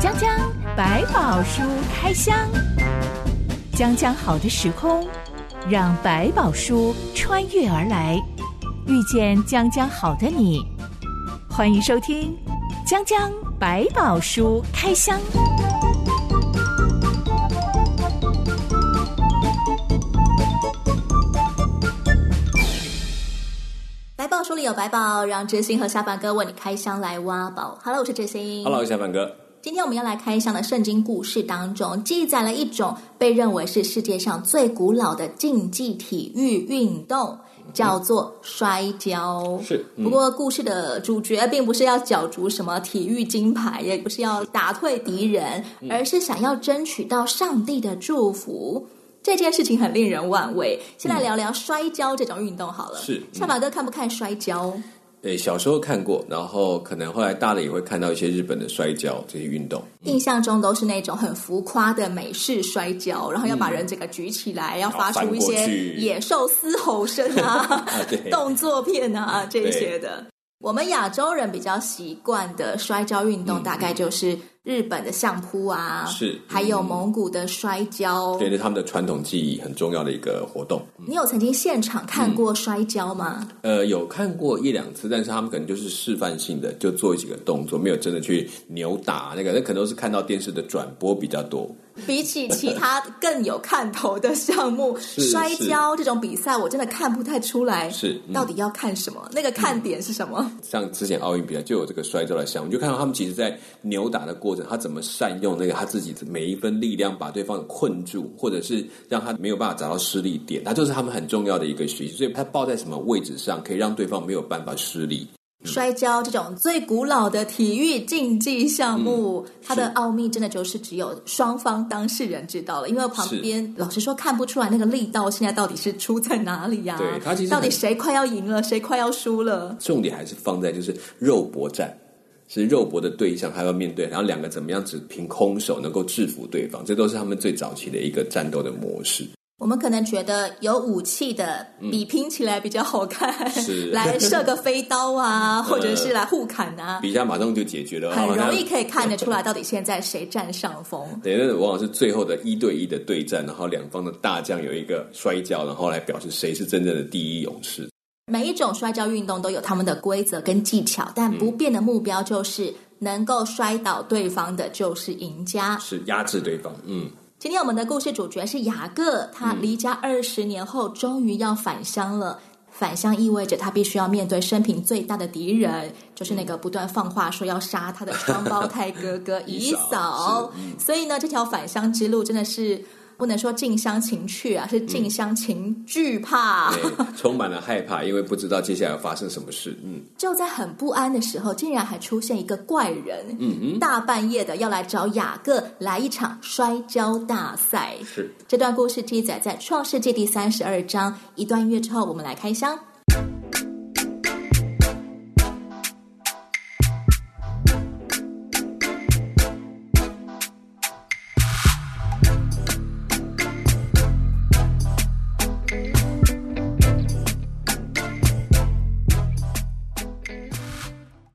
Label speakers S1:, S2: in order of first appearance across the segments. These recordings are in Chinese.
S1: 江江百宝书开箱，江江好的时空，让百宝书穿越而来，遇见江江好的你。欢迎收听江江百宝书开箱。
S2: 百宝书里有百宝，让真心和下半哥为你开箱来挖宝。Hello，我是真心。
S3: Hello，小凡哥，
S2: 今天我们要来开箱的圣经故事当中，记载了一种被认为是世界上最古老的竞技体育运动，叫做摔跤。
S3: 嗯是嗯
S2: 不过故事的主角并不是要角逐什么体育金牌，也不是要打退敌人，
S3: 嗯
S2: 而是想要争取到上帝的祝福。这件事情很令人万味。先来聊聊摔跤这种运动好了。
S3: 嗯是嗯
S2: 夏马哥看不看摔跤？
S3: 对，小时候看过，然后可能后来大了也会看到一些日本的摔跤这些运动。
S2: 印象中都是那种很浮夸的美式摔跤，然后要把人整个举起来，要发出一
S3: 嗯翻过
S2: 些
S3: 去
S2: 野兽嘶吼声 啊、
S3: 对嗯
S2: 动作片啊这些的。我们亚洲人比较习惯的摔跤运动，大概就是日本的相扑啊，
S3: 嗯是嗯
S2: 还有蒙古的摔跤。
S3: 对，这是他们的传统技艺很重要的一个活动。
S2: 你有曾经现场
S3: 嗯
S2: 看过摔跤吗？
S3: 呃，有看过一两次，但是他们可能就是示范性的，就做几个动作，没有真的去扭打那个，那可能都是看到电视的转播比较多。
S2: 比起其 他更有看头的项目，
S3: 是
S2: 摔跤这种比赛，我真的看不太出来，
S3: 是嗯
S2: 到底要看什么？那个看点是什么？
S3: 像之前奥运比赛就有这个摔跤的项目，你就看到他们其实，在扭打的过程，他怎么善用那个他自己的每一分力量把对方困住，或者是让他没有办法找到失力点，他就是他们很重要的一个学习。所以他抱在什么位置上，可以让对方没有办法失力。
S2: 摔跤这种最古老的体育竞技项目，
S3: 嗯
S2: 它的奥秘真的就是只有双方当事人知道了，因为旁边老实说看不出来那个力道现在到底是出在哪里呀、
S3: 对它其实
S2: 到底
S3: 很
S2: 谁快要赢了，谁快要输了？
S3: 重点还是放在就是肉搏战，是肉搏的对象，他要面对，然后两个怎么样只凭空手能够制服对方，这都是他们最早期的一个战斗的模式。
S2: 我们可能觉得有武器的比拼起来比较好看，
S3: 嗯是 呃
S2: 来射个飞刀 啊，或者是来互砍啊，
S3: 比下马上就解决了，
S2: 很容易
S3: 哦
S2: 可以看得出来到底现在谁占上风。
S3: 对，那往往是最后的一对一的对战，然后两方的大将有一个摔跤，然后来表示谁是真正的第一勇士。
S2: 每一种摔跤运动都有他们的规则跟技巧，但不变的目标就是能够摔倒对方的就是赢家。
S3: 是压制对方，嗯，
S2: 今天我们的故事主角是雅各，他离家二十年后终于要返乡了。返乡意味着他必须要面对生平最大的敌人，就是那个不断放话说要杀他的双胞胎哥哥姨
S3: 姨嫂
S2: 嫂。所以呢，这条返乡之路真的是不能说近乡情怯啊，是近乡情惧怕。
S3: 对，充满了害怕，因为不知道接下来发生什么事，嗯，
S2: 就在很不安的时候，竟然还出现一个怪人，嗯嗯，大半夜的要来找雅各来一场摔跤大赛。
S3: 是
S2: 这段故事记载在《创世纪》第三十二章。一段音乐之后，我们来开箱。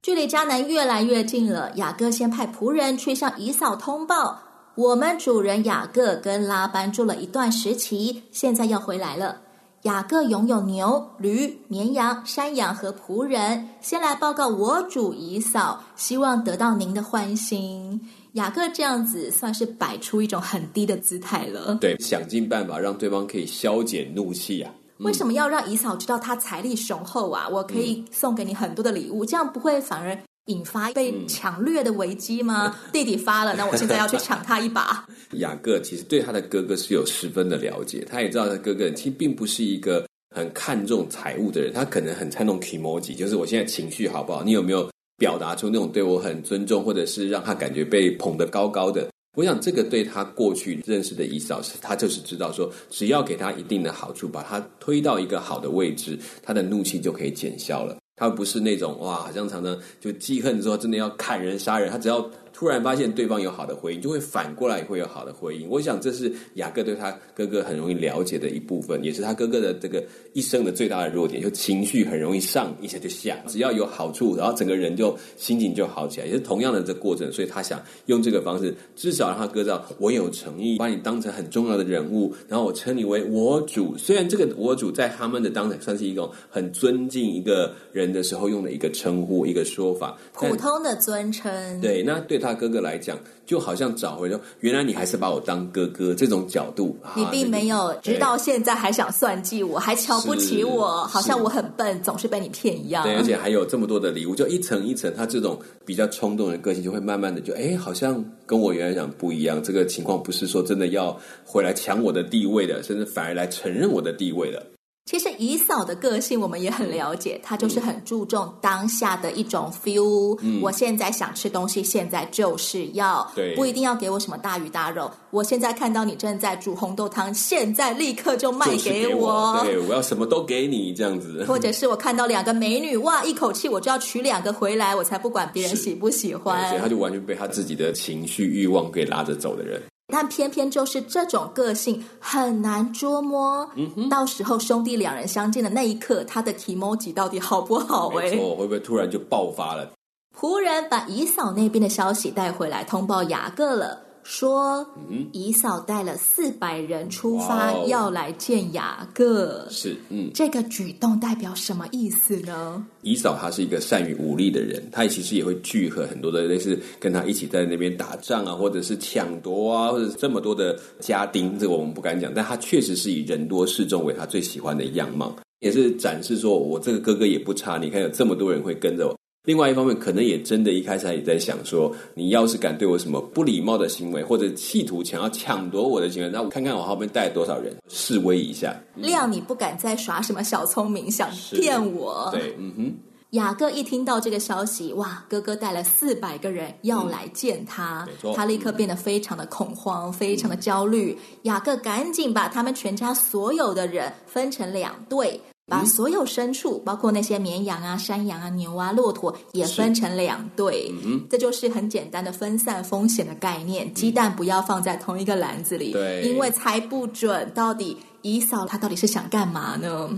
S2: 距离迦南越来越近了，雅各先派仆人去向以扫通报：我们主人雅各跟拉班住了一段时期，现在要回来了。雅各拥有牛、驴、绵羊、山羊和仆人，先来报告我主以扫，希望得到您的欢心。雅各这样子算是摆出一种很低的姿态了。
S3: 对，想尽办法让对方可以消解怒气啊，
S2: 为什么要让姨嫂知道他财力雄厚啊？我可以送给你很多的礼物，这样不会反而引发被
S3: 嗯
S2: 抢掠的危机吗？ 弟弟发了，那我现在要去抢他一把。
S3: 雅各其实对他的哥哥是有十分的了解，他也知道他哥哥其实并不是一个很看重财务的人，他可能很看重 emoji，就是我现在情绪好不好，你有没有表达出那种对我很尊重，或者是让他感觉被捧得高高的。我想这个对他过去认识的以嫂，是他就是知道说，只要给他一定的好处，把他推到一个好的位置，他的怒气就可以减消了。他不是那种哇，好像常常就记恨之后真的要砍人杀人，他只要突然发现对方有好的回应，就会反过来也会有好的回应。我想这是雅各对他哥哥很容易了解的一部分，也是他哥哥的这个一生的最大的弱点，就情绪很容易上一下就下，只要有好处，然后整个人就心情就好起来。也是同样的这过程，所以他想用这个方式，至少让他哥知道我有诚意，把你当成很重要的人物，然后我称你为我主。虽然这个我主在他们的当场算是一种很尊敬一个人的时候用的一个称呼、一个说法，但
S2: 普通的尊称，
S3: 对，那对他哥哥来讲，就好像找回了原来你还是把我当哥哥这种角度，啊
S2: 你并没有直到现在还想算计我，还瞧不起我，
S3: 是
S2: 好像我很笨，总是被你骗一样。
S3: 对，而且还有这么多的礼物，就一层一层，他这种比较冲动的个性，就会慢慢的就，哎，好像跟我原来想不一样。这个情况不是说真的要回来抢我的地位的，甚至反而来承认我的地位的。
S2: 其实姨嫂的个性我们也很了解，她就是很注重当下的一种 feel、我现在想吃东西，现在就是要，
S3: 嗯对
S2: 不一定要给我什么大鱼大肉。我现在看到你正在煮红豆汤，现在立刻就卖
S3: 就是给
S2: 我。
S3: 对我要什么都给你这样子。
S2: 或者是我看到两个美女，哇，一口气我就要娶两个回来，我才不管别人
S3: 是
S2: 喜不喜
S3: 对
S2: 欢。
S3: 所以他就完全被他自己的情绪欲望给拉着走的人。
S2: 但偏偏就是这种个性很难捉摸。
S3: 嗯
S2: 到时候兄弟两人相见的那一刻，他的 emoji 到底好不好、
S3: 没
S2: 哎，
S3: 错，会不会突然就爆发了？
S2: 仆人把姨嫂那边的消息带回来，通报雅各了。说，姨嫂带了四百人出发
S3: 嗯哇，哦
S2: 要来见雅各。
S3: 是，嗯，
S2: 这个举动代表什么意思呢？
S3: 姨嫂她是一个善于武力的人，她其实也会聚合很多的类似跟她一起在那边打仗啊，或者是抢夺啊，或者是这么多的家丁，这个我们不敢讲，但她确实是以人多势众为她最喜欢的样貌，也是展示说我这个哥哥也不差，你看有这么多人会跟着我。另外一方面，可能也真的一开始也在想说，你要是敢对我什么不礼貌的行为，或者企图想要抢夺我的行为，那我看看我后面带多少人示威一下。
S2: 谅你不敢再耍什么小聪明，想
S3: 嗯是
S2: 骗我。
S3: 对，嗯哼。
S2: 雅各一听到这个消息，哇，哥哥带了四百个人要来见他
S3: 嗯没，错嗯
S2: 他立刻变得非常的恐慌，非常的焦虑。雅各赶紧把他们全家所有的人分成两队。
S3: 嗯
S2: 把所有牲畜，包括那些绵羊啊、山羊啊、牛啊、骆驼，也分成两队。
S3: 嗯
S2: 这就是很简单的分散风险的概念。鸡蛋不要放在同一个篮子里，
S3: 对
S2: 因为猜不准到底姨嫂她到底是想干嘛呢？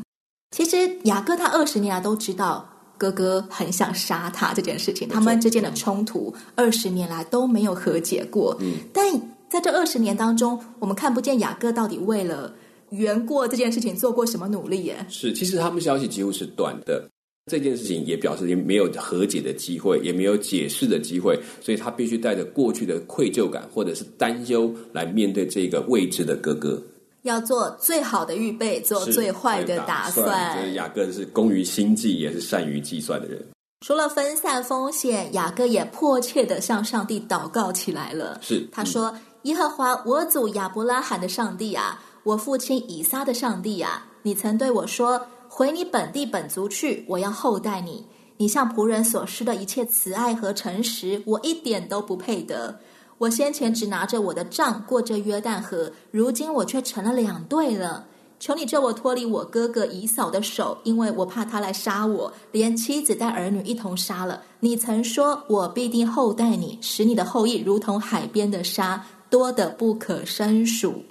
S2: 其实雅各他二十年来都知道哥哥很想杀他这件事情，他们之间的冲突二十年来都没有和解过。嗯，但在这二十年当中，我们看不见雅各到底为了圆过这件事情做过什么努力耶。
S3: 是，其实他们消息几乎是断的。这件事情也表示也没有和解的机会，也没有解释的机会，所以他必须带着过去的愧疚感或者是担忧来面对这个未知的哥哥，
S2: 要做最好的预备，做
S3: 是
S2: 最坏的打算。
S3: 就是雅各是工于心计，也是善于计算的人。
S2: 除了分散风险，雅各也迫切的向上帝祷告起来了。
S3: 是
S2: 他说：“耶和华我祖亚伯拉罕的上帝啊，我父亲以撒的上帝啊，你曾对我说，回你本地本族去，我要厚待你。你向仆人所施的一切慈爱和诚实，我一点都不配得。我先前只拿着我的杖过这约旦河，如今我却成了两队了。”求你救我脱离我哥哥姨嫂的手，因为我怕他来杀我，连妻子带儿女一同杀了。你曾说我必定厚待你，使你的后裔如同海边的沙，多得不可胜数。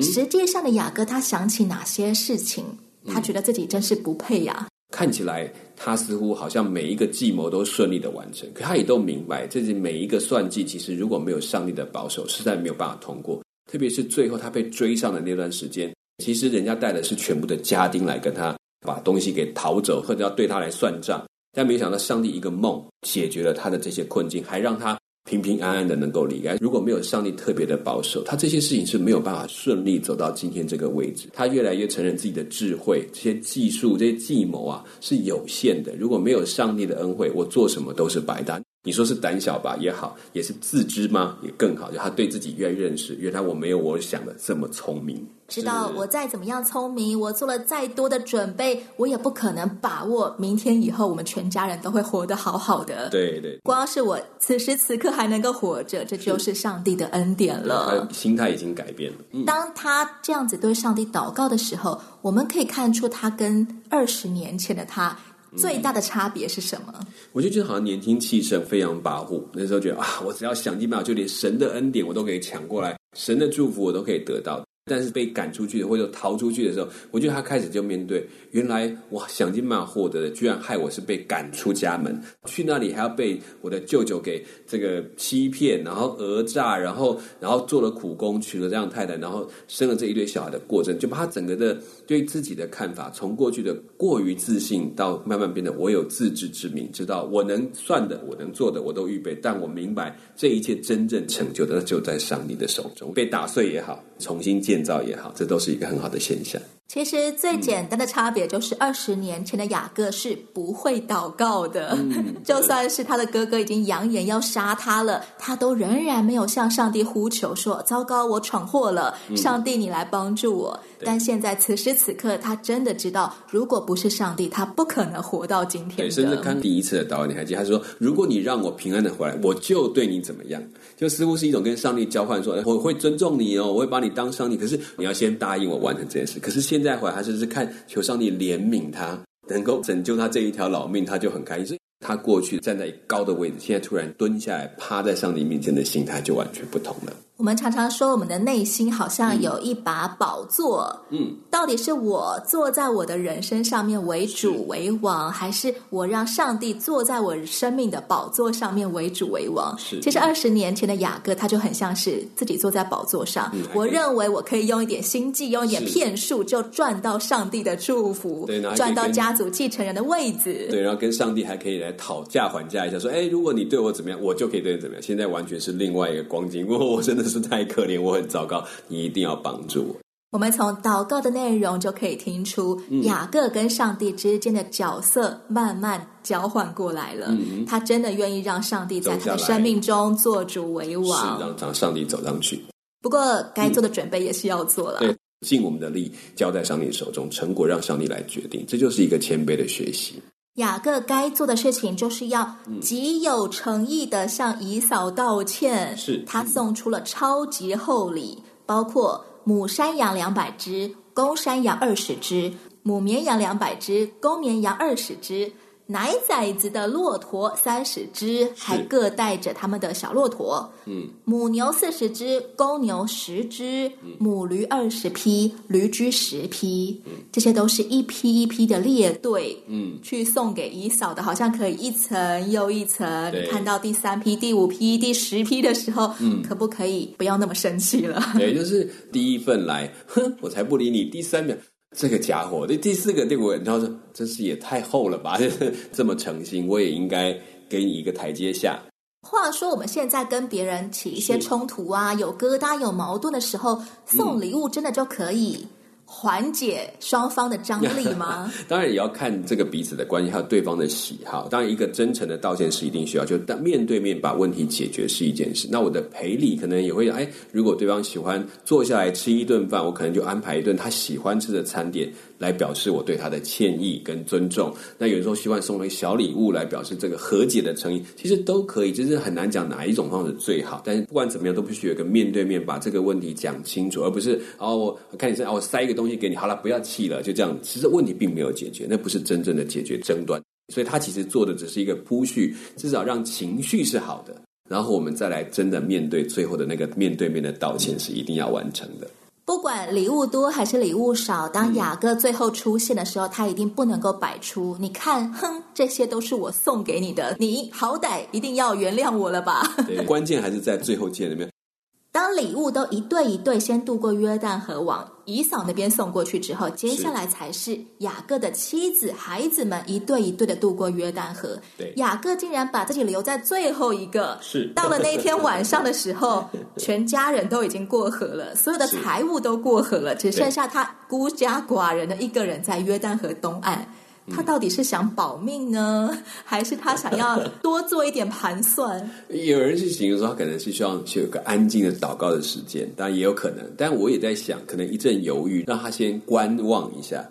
S2: 实际上的雅各，他想起哪些事情？他觉得自己真是不配呀、
S3: 看起来他似乎好像每一个计谋都顺利的完成，可他也都明白，这是每一个算计，其实如果没有上帝的保守，实在没有办法通过。特别是最后他被追上的那段时间，其实人家带的是全部的家丁来跟他把东西给逃走，或者要对他来算账。但没想到上帝一个梦解决了他的这些困境，还让他平平安安的能够离开。如果没有上帝特别的保守，他这些事情是没有办法顺利走到今天这个位置。他越来越承认自己的智慧、这些技术、这些计谋啊是有限的。如果没有上帝的恩惠，我做什么都是白搭。你说是胆小吧也好，也是自知吗也更好。就他对自己越来越认识，原来我没有我想的这么聪明。
S2: 知道
S3: 是
S2: 我再怎么样聪明，我做了再多的准备，我也不可能把握明天以后我们全家人都会活得好好的。
S3: 对对，
S2: 光是我此时此刻还能够活着，这就是上帝的恩典
S3: 他
S2: 了。
S3: 心态已经改变了。嗯，
S2: 当他这样子对上帝祷告的时候，我们可以看出他跟二十年前的他最大的差别是什么？
S3: 我就觉得好像年轻气盛，飞扬跋扈。那时候觉得啊，我只要想尽办法，就连神的恩典我都可以抢过来，神的祝福我都可以得到。但是被赶出去或者逃出去的时候，我觉得他开始就面对，原来我想尽办法获得的，居然害我是被赶出家门，去那里还要被我的舅舅给这个欺骗，然后讹诈，然后然后做了苦工，娶了这样太太，然后生了这一堆小孩的过程，就把他整个的对自己的看法，从过去的过于自信，到慢慢变得我有自知之明，知道我能算的，我能做的，我都预备，但我明白这一切真正成就的，那就在上帝的手中，被打碎也好，重新建造也好，这都是一个很好的现象。
S2: 其实最简单的差别就是，二十年前的雅各是不会祷告的， 就算是他的哥哥已经扬言要杀他了，他都仍然没有向上帝呼求说：“糟糕，我闯祸了，上帝你来帮助我。”
S3: 嗯对
S2: 但现在此时此刻，他真的知道，如果不是上帝，他不可能活到今天
S3: 对，甚至
S2: 的。
S3: 看第一次的导演，你还记得他说：“如果你让我平安的回来，我就对你怎么样。”就似乎是一种跟上帝交换，说哎：“我会尊重你哦，我会把你当上帝，可是你要先答应我完成这件事。”可是现在回来，他就是看求上帝怜悯他，能够拯救他这一条老命，他就很开心。所以他过去站在高的位置，现在突然蹲下来，趴在上帝面前的心态就完全不同了。
S2: 我们常常说，我们的内心好像有一把宝座，
S3: 嗯，
S2: 到底是我坐在我的人生上面为主为王，还是我让上帝坐在我生命的宝座上面为主为王？
S3: 是
S2: 其实二十年前的雅各，他就很像是自己坐在宝座上，我认为我可以用一点心计，用一点
S3: 嗯是
S2: 骗术，就赚到上帝的祝福
S3: 对然后，还可以
S2: 赚到
S3: 跟
S2: 家族继承人的位置。
S3: 对，然后跟上帝还可以来讨价还价一下，说，哎，如果你对我怎么样，我就可以对你怎么样。现在完全是另外一个光景，我我真的是太可怜，我很糟糕，你一定要帮助我。
S2: 我们从祷告的内容就可以听出，
S3: 嗯
S2: 雅各跟上帝之间的角色慢慢交换过来了。他真的愿意让上帝在他的
S3: 嗯走下来
S2: 生命中做主为
S3: 是嗯
S2: 王。
S3: 让让上帝走上去，
S2: 不过，该做的准备也是要做了。
S3: 对，尽我们的力交在上帝手中，成果让上帝来决定，这就是一个谦卑的学习。
S2: 雅各该做的事情就是要极有诚意的向姨嫂道歉。
S3: 是
S2: 他送出了超级厚礼，包括母山羊两百只、公山羊二十只、母绵羊两百只、公绵羊二十只、奶崽子的骆驼三十只，还各带着他们的小骆驼。
S3: 嗯，
S2: 母牛四十只，公牛十只，
S3: 嗯
S2: 母驴二十匹，驴驹十匹，这些都是一批一批的列队，
S3: 嗯，
S2: 去送给姨嫂的，好像可以一层又一层。
S3: 对
S2: 你看到第三批、第五批、第十批的时候，嗯，可不可以不要那么生气了？
S3: 对，就是第一份来，哼，我才不理你。第三秒，这个家伙，第第四个、第五个，然后说，真是也太厚了吧， 这么诚心，我也应该给你一个台阶下。
S2: 话说，我们现在跟别人起一些冲突啊，有疙瘩、有矛盾的时候，送礼物真的就可以缓解双方的张力 吗？
S3: 当然也要看这个彼此的关系，还有对方的喜好。当然，一个真诚的道歉是一定需要，就但面对面把问题解决是一件事。那我的赔礼可能也会，哎，如果对方喜欢坐下来吃一顿饭，我可能就安排一顿他喜欢吃的餐点，来表示我对他的歉意跟尊重。那有时候希望送为小礼物来表示这个和解的诚意，其实都可以，就是很难讲哪一种方式最好。但是不管怎么样，都必须有一个面对面把这个问题讲清楚，而不是哦，我我看你身上，哦我塞一个东西给你，好了，不要气了，就这样。其实问题并没有解决，那不是真正的解决争端。所以他其实做的只是一个铺叙，至少让情绪是好的，然后我们再来真的面对最后的那个面对面的道歉是一定要完成的。
S2: 不管礼物多还是礼物少，当雅各最后出现的时候，他一定不能够摆出“你看，哼，这些都是我送给你的，你好歹一定要原谅我了吧
S3: 对，关键还是在最后见里面。”。
S2: 当礼物都一对一对先渡过约旦河往以扫那边送过去之后，接下来才是雅各的妻子、孩子们一对一对的渡过约旦河。
S3: 对
S2: 雅各竟然把自己留在最后一个。
S3: 是
S2: 到了那天晚上的时候，全家人都已经过河了，所有的
S3: 是
S2: 财物都过河了，只剩下他孤家寡人的一个人在约旦河东岸。
S3: 嗯
S2: 他到底是想保命呢，还是他想要多做一点盘算？
S3: 有人是形容说，他可能是希望去有个安静的祷告的时间，当然也有可能。但我也在想，可能一阵犹豫，让他先观望一下。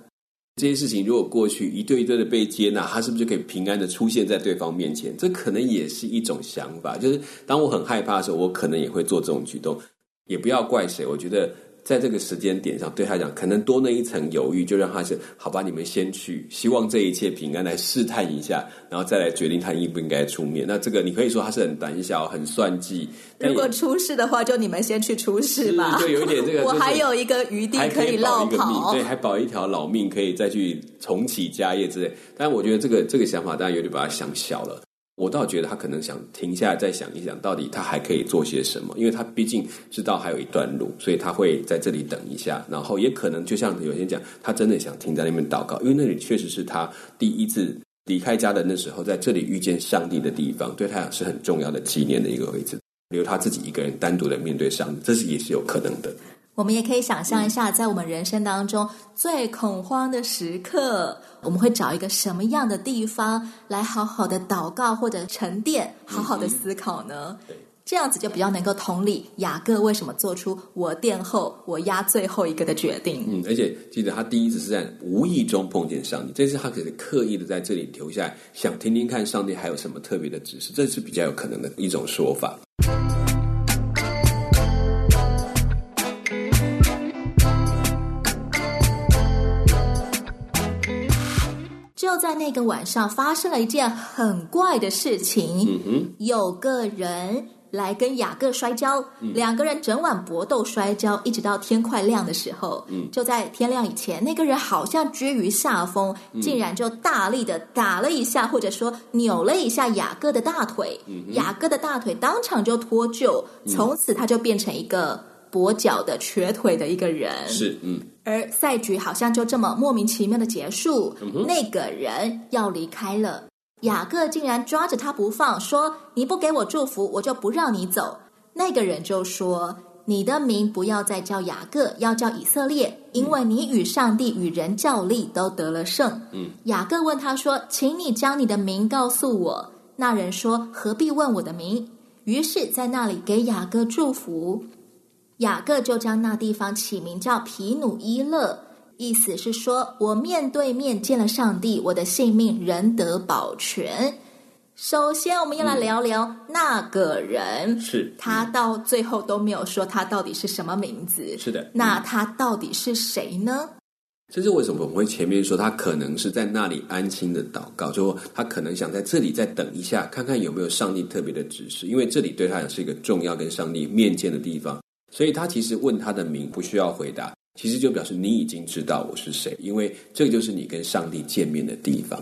S3: 这些事情如果过去一对一对的被接纳，他是不是就可以平安的出现在对方面前？这可能也是一种想法，就是当我很害怕的时候，我可能也会做这种举动。也不要怪谁，我觉得在这个时间点上，对他讲，可能多那一层犹豫，就让他是好吧，你们先去，希望这一切平安，来试探一下，然后再来决定他应不应该出面。那这个你可以说他是很胆小、很算计，但
S2: 如
S3: 也
S2: 果出事的话，就你们先去出事吧。
S3: 是就有一点 这个
S2: 我还
S3: 就是
S2: 有一个余地
S3: 还
S2: 可
S3: 以
S2: 绕
S3: 保一个命，
S2: 跑嗯
S3: 对，。还保一条老命，可以再去重启家业之类。但我觉得这个这个想法，当然有点把它想小了。我倒觉得他可能想停下来再想一想，到底他还可以做些什么，因为他毕竟知道还有一段路，所以他会在这里等一下，然后也可能就像有些人讲，他真的想停在那边祷告，因为那里确实是他第一次离开家的那时候，在这里遇见上帝的地方，对他是很重要的纪念的一个位置，留他自己一个人单独的面对上帝，这是也是有可能的。
S2: 我们也可以想象一下，在我们人生当中最恐慌的时刻，我们会找一个什么样的地方来好好的祷告或者沉淀，好好的思考呢？
S3: 嗯
S2: 这样子就比较能够同理雅各为什么做出我殿后我压最后一个的决定。
S3: 嗯，而且记得他第一次是在无意中碰见上帝，这次他可是刻意的在这里留下来，想听听看上帝还有什么特别的指示，这是比较有可能的一种说法。
S2: 就在那个晚上，发生了一件很怪的事情。
S3: 嗯
S2: 有个人来跟雅各摔跤，两个人整晚搏斗摔跤，一直到天快亮的时候。就在天亮以前，那个人好像居于下风，竟然就大力的打了一下，或者说扭了一下雅各的大腿。雅各的大腿当场就脱臼，从此他就变成一个跛脚的、瘸腿的一个人。
S3: 哼，是嗯，
S2: 而赛局好像就这么莫名其妙的结束。那个人要离开了，雅各竟然抓着他不放，说：“你不给我祝福，我就不让你走。”那个人就说：“你的名不要再叫雅各，要叫以色列，因为你与上帝与人较力都得了胜。”
S3: 嗯，
S2: 雅各问他说：“请你将你的名告诉我。”那人说：“何必问我的名？”于是，在那里给雅各祝福。雅各就将那地方起名叫皮努伊勒，意思是说我面对面见了上帝，我的性命仍得保全。首先，我们要来聊
S3: 嗯
S2: 聊那个人，
S3: 是
S2: 他到最后都没有说他到底是什么名字，
S3: 是的
S2: 那他到底是谁呢？
S3: 这是为什么我们会前面说他可能是在那里安心的祷告，就他可能想在这里再等一下，看看有没有上帝特别的指示，因为这里对他也是一个重要跟上帝面见的地方，所以他其实问他的名不需要回答，其实就表示你已经知道我是谁，因为这就是你跟上帝见面的地方。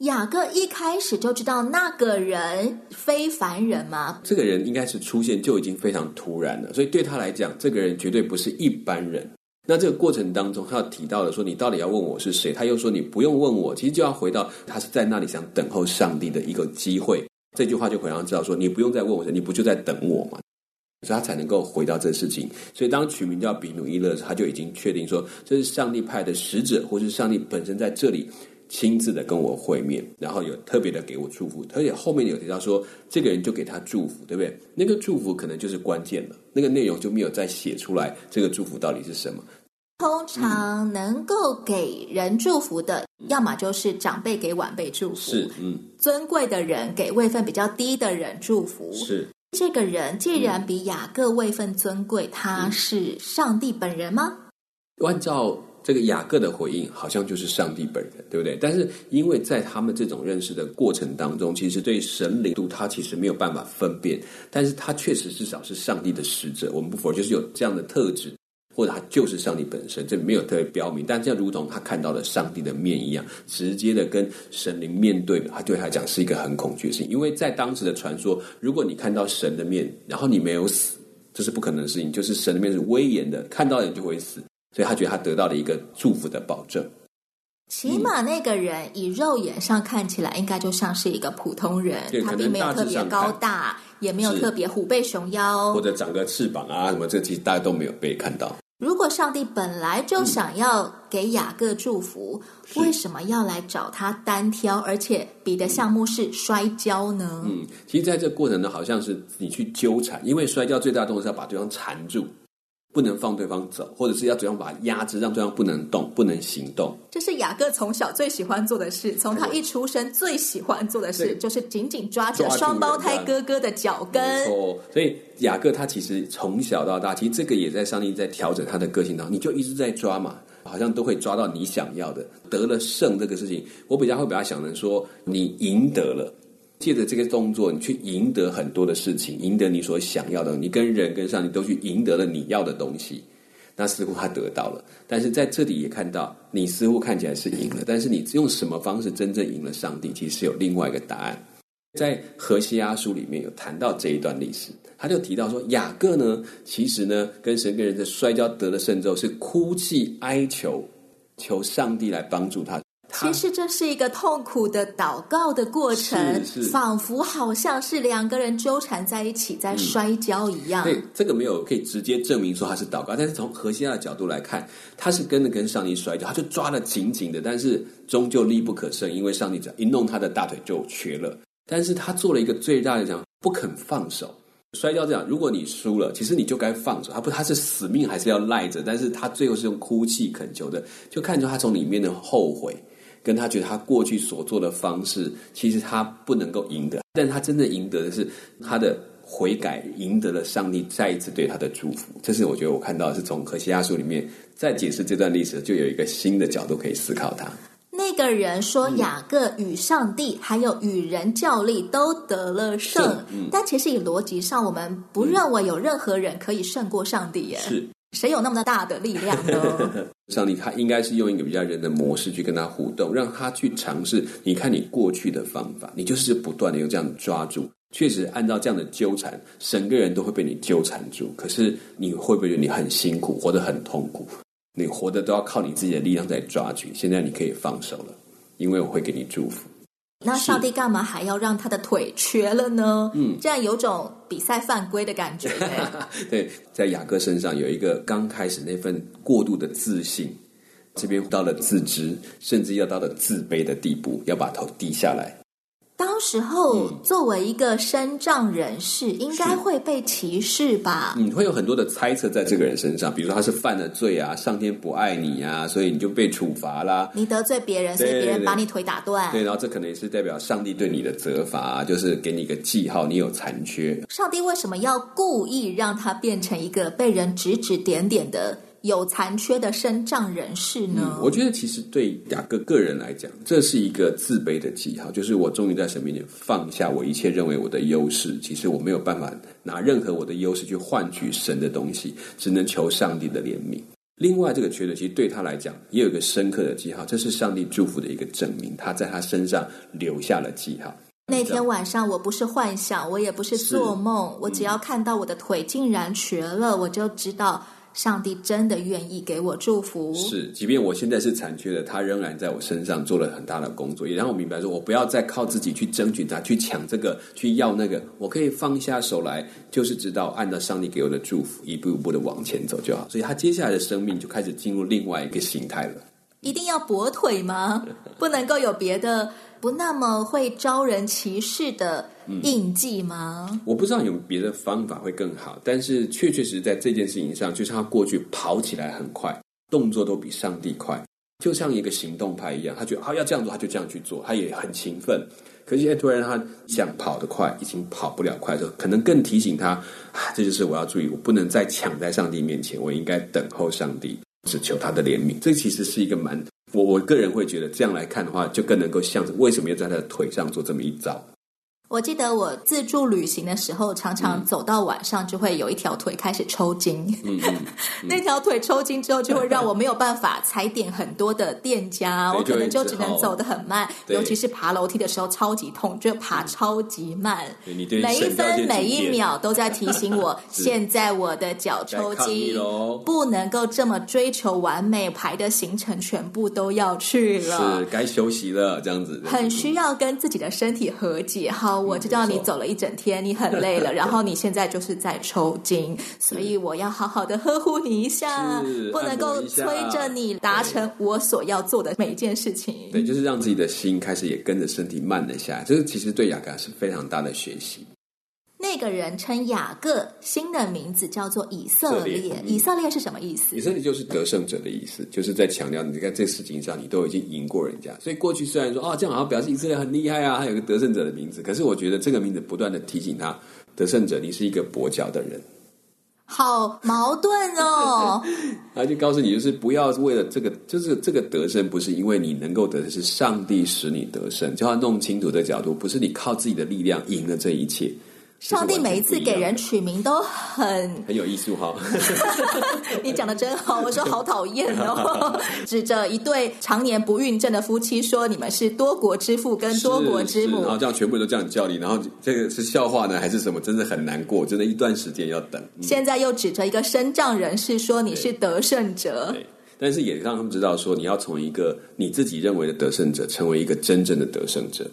S2: 雅各一开始就知道那个人非凡人嘛，
S3: 这个人应该是出现就已经非常突然了，所以对他来讲，这个人绝对不是一般人。那这个过程当中，他有提到了说，你到底要问我是谁？他又说你不用问我，其实就要回到他是在那里想等候上帝的一个机会。这句话就会让他知道说，你不用再问我谁，你不就在等我吗？所以他才能够回到这事情。所以当取名叫比努伊勒的时候，他就已经确定说这是上帝派的使者，或是上帝本身在这里亲自的跟我会面，然后有特别的给我祝福。而且后面有提到说，这个人就给他祝福，对不对？那个祝福可能就是关键了，那个内容就没有再写出来，这个祝福到底是什么？
S2: 通常能够给人祝福的，要么就是长辈给晚辈祝福，
S3: 是，嗯，
S2: 尊贵的人给位分比较低的人祝福。
S3: 是。
S2: 这个人既然比雅各位分尊贵，他是上帝本人吗？
S3: 按照这个雅各的回应，好像就是上帝本人，对不对？但是因为在他们这种认识的过程当中，其实对神灵度他其实没有办法分辨，但是他确实至少是上帝的使者，我们不否认，就是有这样的特质。或者他就是上帝本身，这没有特别标明，但这如同他看到了上帝的面一样，直接的跟神灵面对，他对他来讲是一个很恐惧的事情。因为在当时的传说，如果你看到神的面，然后你没有死，这是不可能的事情，就是神的面是威严的，看到人就会死。所以他觉得他得到了一个祝福的保证。
S2: 起码那个人以肉眼上看起来，应该就像是一个普通人
S3: 嗯对，
S2: 他
S3: 可能
S2: 并没有
S3: 大致
S2: 特别
S3: 上看
S2: 高大，也没有
S3: 是
S2: 特别虎背熊腰
S3: 或。者长个翅膀啊什么，这其实大家都没有被看到。
S2: 如果上帝本来就想要给雅各祝福，
S3: 嗯是
S2: 为什么要来找他单挑，而且比的项目是摔跤呢？
S3: 嗯，其实在这过程呢，好像是你去纠缠，因为摔跤最大的动作是要把对方缠住。不能放对方走，或者是要怎样把他压制，让对方不能动、不能行动。
S2: 这是雅各从小最喜欢做的事，从他一出生最喜欢做的事
S3: 对
S2: 就是紧紧抓着
S3: 抓住
S2: 双胞胎
S3: 人家
S2: 哥哥的脚
S3: 没
S2: 跟。
S3: 错，所以雅各他其实从小到大，其实这个也在上帝在调整他的个性当中，你就一直在抓嘛，好像都会抓到你想要的。得了胜这个事情，我比较会把它想成说，你赢得了。借着这个动作，你去赢得很多的事情，赢得你所想要的，你跟人跟上，你都去赢得了你要的东西。那似乎他得到了，但是在这里也看到，你似乎看起来是赢了，但是你用什么方式真正赢了上帝，其实有另外一个答案。在荷西阿书里面有谈到这一段历史，他就提到说，雅各呢，其实呢，跟神跟人的摔跤得了胜之后，是哭泣哀求，求上帝来帮助他。他
S2: 其实这是一个痛苦的祷告的过程，
S3: 是是
S2: 仿佛好像是两个人纠缠在一起在摔跤一样。
S3: 嗯对，这个没有可以直接证明说他是祷告，但是从何西亚的角度来看，他是跟着跟上帝摔跤，他就抓得紧紧的，但是终究力不可胜，因为上帝只要一弄他的大腿就瘸了。但是他做了一个最大的讲不肯放手。摔跤这样，如果你输了，其实你就该放手。他不，他是死命还是要赖着，但是他最后是用哭泣恳求的，就看出他从里面的后悔，跟他觉得他过去所做的方式，其实他不能够赢得，但他真正赢得的是他的悔改，赢得了上帝再一次对他的祝福。这是我觉得我看到的是从何西阿书里面在解释这段历史，就有一个新的角度可以思考它。
S2: 那个人说
S3: 嗯
S2: 雅各与上帝、还有与人较力都得了胜
S3: 胜，嗯
S2: 但其实以逻辑上，我们不认为有任何人可以胜过上帝耶。
S3: 是
S2: 谁有那么大的力量 呢？
S3: 上帝，他应该是用一个比较人的模式去跟他互动，让他去尝试。你看你过去的方法，你就是不断的用这样抓住。确实，按照这样的纠缠，整个人都会被你纠缠住。可是，你会不会觉得你很辛苦，活得很痛苦？你活的都要靠你自己的力量在抓取。现在你可以放手了，因为我会给你祝福。
S2: 那上帝干嘛还要让他的腿瘸了呢？嗯，这样有种比赛犯规的感觉 耶。
S3: 对，在雅各身上有一个刚开始那份过度的自信，这边到了自知，甚至要到了自卑的地步，要把头低下来。
S2: 当时候作为一个身障人士，应该会被歧视吧？
S3: 你会有很多的猜测在这个人身上，比如说他是犯了罪啊，上天不爱你啊，所以你就被处罚啦。
S2: 你得罪别人，所以别
S3: 对对
S2: 人
S3: 对
S2: 把你腿打断。
S3: 对，然后这可能也是代表上帝对你的责罚、啊，就是给你一个记号，你有残缺。
S2: 上帝为什么要故意让他变成一个被人指指点点的有残缺的身障人士呢？
S3: 嗯我觉得其实对雅各个人来讲，这是一个自卑的记号，就是我终于在神面前放下我一切认为我的优势，其实我没有办法拿任何我的优势去换取神的东西，只能求上帝的怜悯。另外，这个缺德其实对他来讲也有一个深刻的记号，这是上帝祝福的一个证明，他在他身上留下了记号。
S2: 那天晚上我不是幻想，我也不是做梦，我
S3: 嗯
S2: 只要看到我的腿竟然瘸了，我就知道上帝真的愿意给我祝福。
S3: 是，即便我现在是残缺的，他仍然在我身上做了很大的工作，也让我明白说，我不要再靠自己去争取它，去抢这个，去要那个，我可以放下手来，就是知道按照上帝给我的祝福，一步一步的往前走就好。所以他接下来的生命就开始进入另外一个形态了。
S2: 一定要跛腿吗？不能够有别的不那么会招人歧视的
S3: 嗯
S2: 印记吗？
S3: 我不知道有没有别的方法会更好，但是确确实实在这件事情上，就像他过去跑起来很快，动作都比上帝快，就像一个行动派一样，他觉得啊要这样做，他就这样去做，他也很勤奋。可是现在突然让他想跑得快，已经跑不了快的时候，可能更提醒他啊，这就是我要注意，我不能再抢在上帝面前，我应该等候上帝，只求他的怜悯。这其实是一个蛮我我个人会觉得这样来看的话，就更能够像是为什么要在他的腿上做这么一招。
S2: 我记得我自助旅行的时候，常常走到晚上就会有一条腿开始抽筋。
S3: 嗯嗯，
S2: 那条腿抽筋之后，就会让我没有办法踩点很多的店家，
S3: 对
S2: 我可能
S3: 就
S2: 就只
S3: 会只好
S2: 能走得很慢。
S3: 对
S2: 尤其是爬楼梯的时候，超级痛，就爬超级慢。
S3: 对你对
S2: 每一
S3: 省掉
S2: 分
S3: 些
S2: 每
S3: 几
S2: 一
S3: 天
S2: 秒都在提醒我，
S3: 是
S2: 现在我的脚抽
S3: 该抗议
S2: 筋
S3: 喽，
S2: 不能够这么追求完美，排的行程全部都要去了。
S3: 是该休息了，这样子
S2: 很需要跟自己的身体和解。好，我知道
S3: 嗯没
S2: 你
S3: 错
S2: 走了一整天，你很累 了，然后你现在就是在抽筋，所以我要好好的呵护你一下
S3: 是，
S2: 不能够
S3: 按摩一下
S2: 催着你达成我所要做的每一件事情。
S3: 对，就是让自己的心开始也跟着身体慢了下来，这个其实对雅各是非常大的学习。
S2: 那那个人称雅各新的名字叫做以色
S3: 以色
S2: 列
S3: 列。嗯
S2: 以色列是什么意思
S3: 以？色列就是得胜者的意思，就是在强调你在这事情上你都已经赢过人家。所以过去虽然说啊、这样好像表示以色列很厉害啊，还有个得胜者的名字，可是我觉得这个名字不断的提醒他，得胜者你是一个跛脚的人。
S2: 好矛盾 哦！
S3: 他就告诉你，就是不要为了这个，就是这个得胜，不是因为你能够得胜，是上帝使你得胜。就要弄清楚的角度，不是你靠自己的力量赢了这一切。
S2: 上帝每一次给人
S3: 这是完全不一样
S2: 取名都很
S3: 的很有哦艺 术哈，
S2: 你讲的真好，我说好讨厌哦，指着一对常年不孕症的夫妻说你们是多国之父跟多国之
S3: 是是
S2: 母
S3: 然。后这样全部都这样叫你，然后这个是笑话呢，还是什么？真的很难过，真的一段时间要等。嗯
S2: 现在又指着一个身障人士说你是得胜者，
S3: 对，但是也让他们知道说，你要从一个你自己认为的得胜者，成为一个真正的得胜者。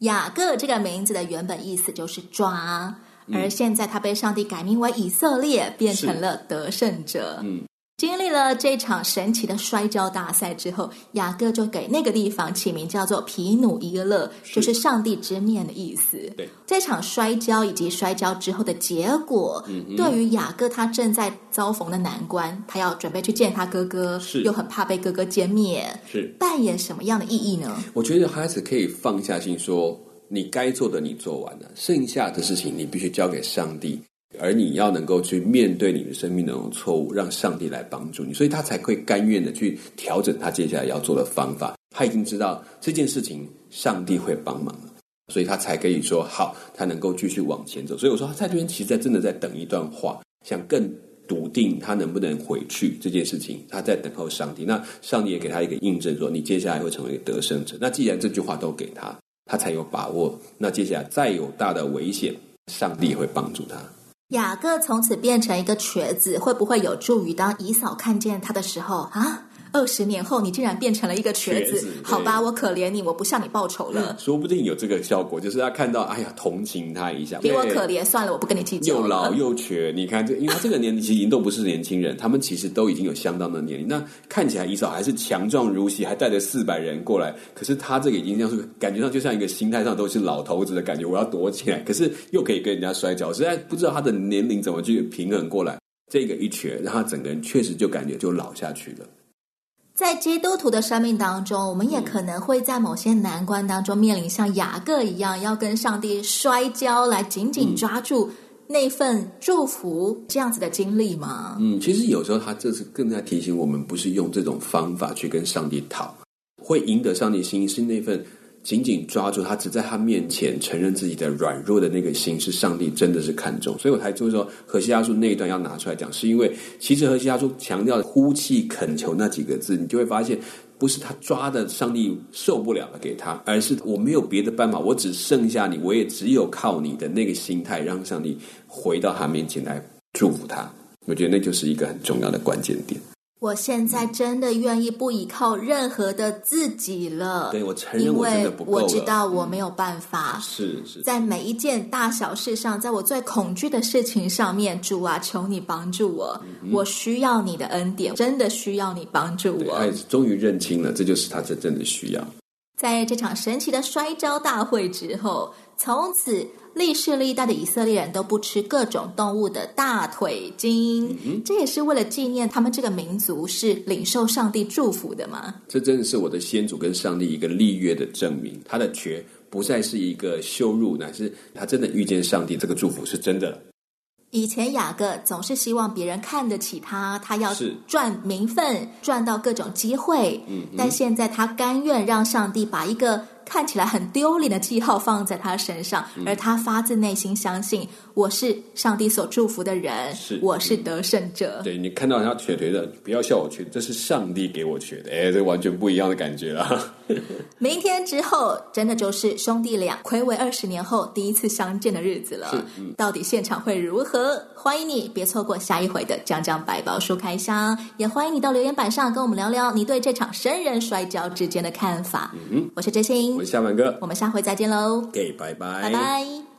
S2: 雅各这个名字的原本意思就是抓，
S3: 嗯
S2: 而现在他被上帝改名为以色列，变成了得胜者。
S3: 嗯，
S2: 经历了这场神奇的摔跤大赛之后，雅各就给那个地方起名叫做皮努伊勒，就是上帝之面的意思。
S3: 对，
S2: 这场摔跤以及摔跤之后的结果，
S3: 嗯
S2: 对于雅各他正在遭逢的难关，他要准备去见他哥哥，
S3: 是
S2: 又很怕被哥哥歼灭，
S3: 是，
S2: 扮演什么样的意义呢？
S3: 我觉得孩子可以放下心说，你该做的你做完了，剩下的事情你必须交给上帝，而你要能够去面对你的生命的那种错误，让上帝来帮助你，所以他才会甘愿的去调整他接下来要做的方法。他已经知道这件事情，上帝会帮忙了。所以他才可以说好，他能够继续往前走。所以我说他在这边其实在真的在等一段话，想更笃定他能不能回去这件事情，他在等候上帝。那上帝也给他一个印证，说你接下来会成为一个得胜者。那既然这句话都给他，他才有把握。那接下来再有大的危险，上帝会帮助他。
S2: 雅各从此变成一个瘸子，会不会有助于当姨嫂看见他的时候啊？二十年后，你竟然变成了一个瘸子，
S3: 瘸子对嗯
S2: 好吧，我可怜你，我不向你报仇了，
S3: 说不定有这个效果，就是他看到，哎呀，同情他一下，
S2: 给我
S3: 对
S2: 可怜，算了，我不跟你计较
S3: 又老
S2: 了。嗯
S3: 又瘸，你看这，因为他这个年龄其实已经都不是年轻人，他们其实都已经有相当的年龄。那看起来姨嫂还是强壮如昔，还带着四百人过来，可是他这个已经像是感觉上就像一个心态上都是老头子的感觉，我要躲起来，可是又可以跟人家摔跤，我实在不知道他的年龄怎么去平衡过来。这个一瘸，让他整个人确实就感觉就老下去了。
S2: 在基督徒的生命当中，我们也可能会在某些难关当中面临像雅各一样，要跟上帝摔跤，来紧
S3: 嗯
S2: 紧抓住那份祝福这样子的经历吗？
S3: 嗯，其实有时候他这是更在提醒我们，不是用这种方法去跟上帝讨，会赢得上帝心意是那份紧紧抓住他，只在他面前承认自己的软弱的那个心，是上帝真的是看重。所以我才就是说，何西阿书那一段要拿出来讲，是因为其实何西阿书强调呼气恳求那几个字，你就会发现。不是他抓的，上帝受不了了给他，而是我没有别的办法，我只剩下你，我也只有靠你的那个心态，让上帝回到他面前来祝福他。我觉得那就是一个很重要的关键点。
S2: 我现在
S3: 嗯
S2: 真的愿意不依靠任何的自己了。
S3: 对我承认我真的不够
S2: 因
S3: 了嗯
S2: 为我知道我没有办法。
S3: 是是，
S2: 在每一件大小事上，在我最恐惧的事情上面，主啊，求你帮助我，
S3: 嗯
S2: 我需要你的恩典，真的需要你帮助
S3: 对，哎
S2: 我
S3: 他也。是终于认清了，这就是他真正的需要。
S2: 在这场神奇的摔跤大会之后，从此历世历代的以色列人都不吃各种动物的大腿筋，
S3: 嗯
S2: 这也是为了纪念他们这个民族是领受上帝祝福的嘛。
S3: 这真的是我的先祖跟上帝一个立约的证明。他的瘸不再是一个羞辱，乃是他真的遇见上帝，这个祝福是真的了。
S2: 以前雅各总是希望别人看得起他，他要
S3: 是
S2: 赚名分，赚到各种机会。嗯，但现在他甘愿让上帝把一个看起来很丢脸的记号放在他身上，
S3: 嗯
S2: 而他发自内心相信我是上帝所祝福的人，
S3: 是嗯
S2: 我是得胜者。
S3: 对你看到他瘸腿的，不要笑我瘸，这是上帝给我瘸的，哎，这完全不一样的感觉啦。
S2: 明天之后，真的就是兄弟俩暌违二十年后第一次相见的日子了。
S3: 嗯
S2: 到底现场会如何？欢迎你别错过下一回的《讲讲百宝书开箱》，也欢迎你到留言板上跟我们聊聊你对这场生人摔跤之间的看法。我是真心
S3: 嗯我，是夏凡哥
S2: 我们下回再见喽，
S3: ，OK，拜拜，
S2: 拜拜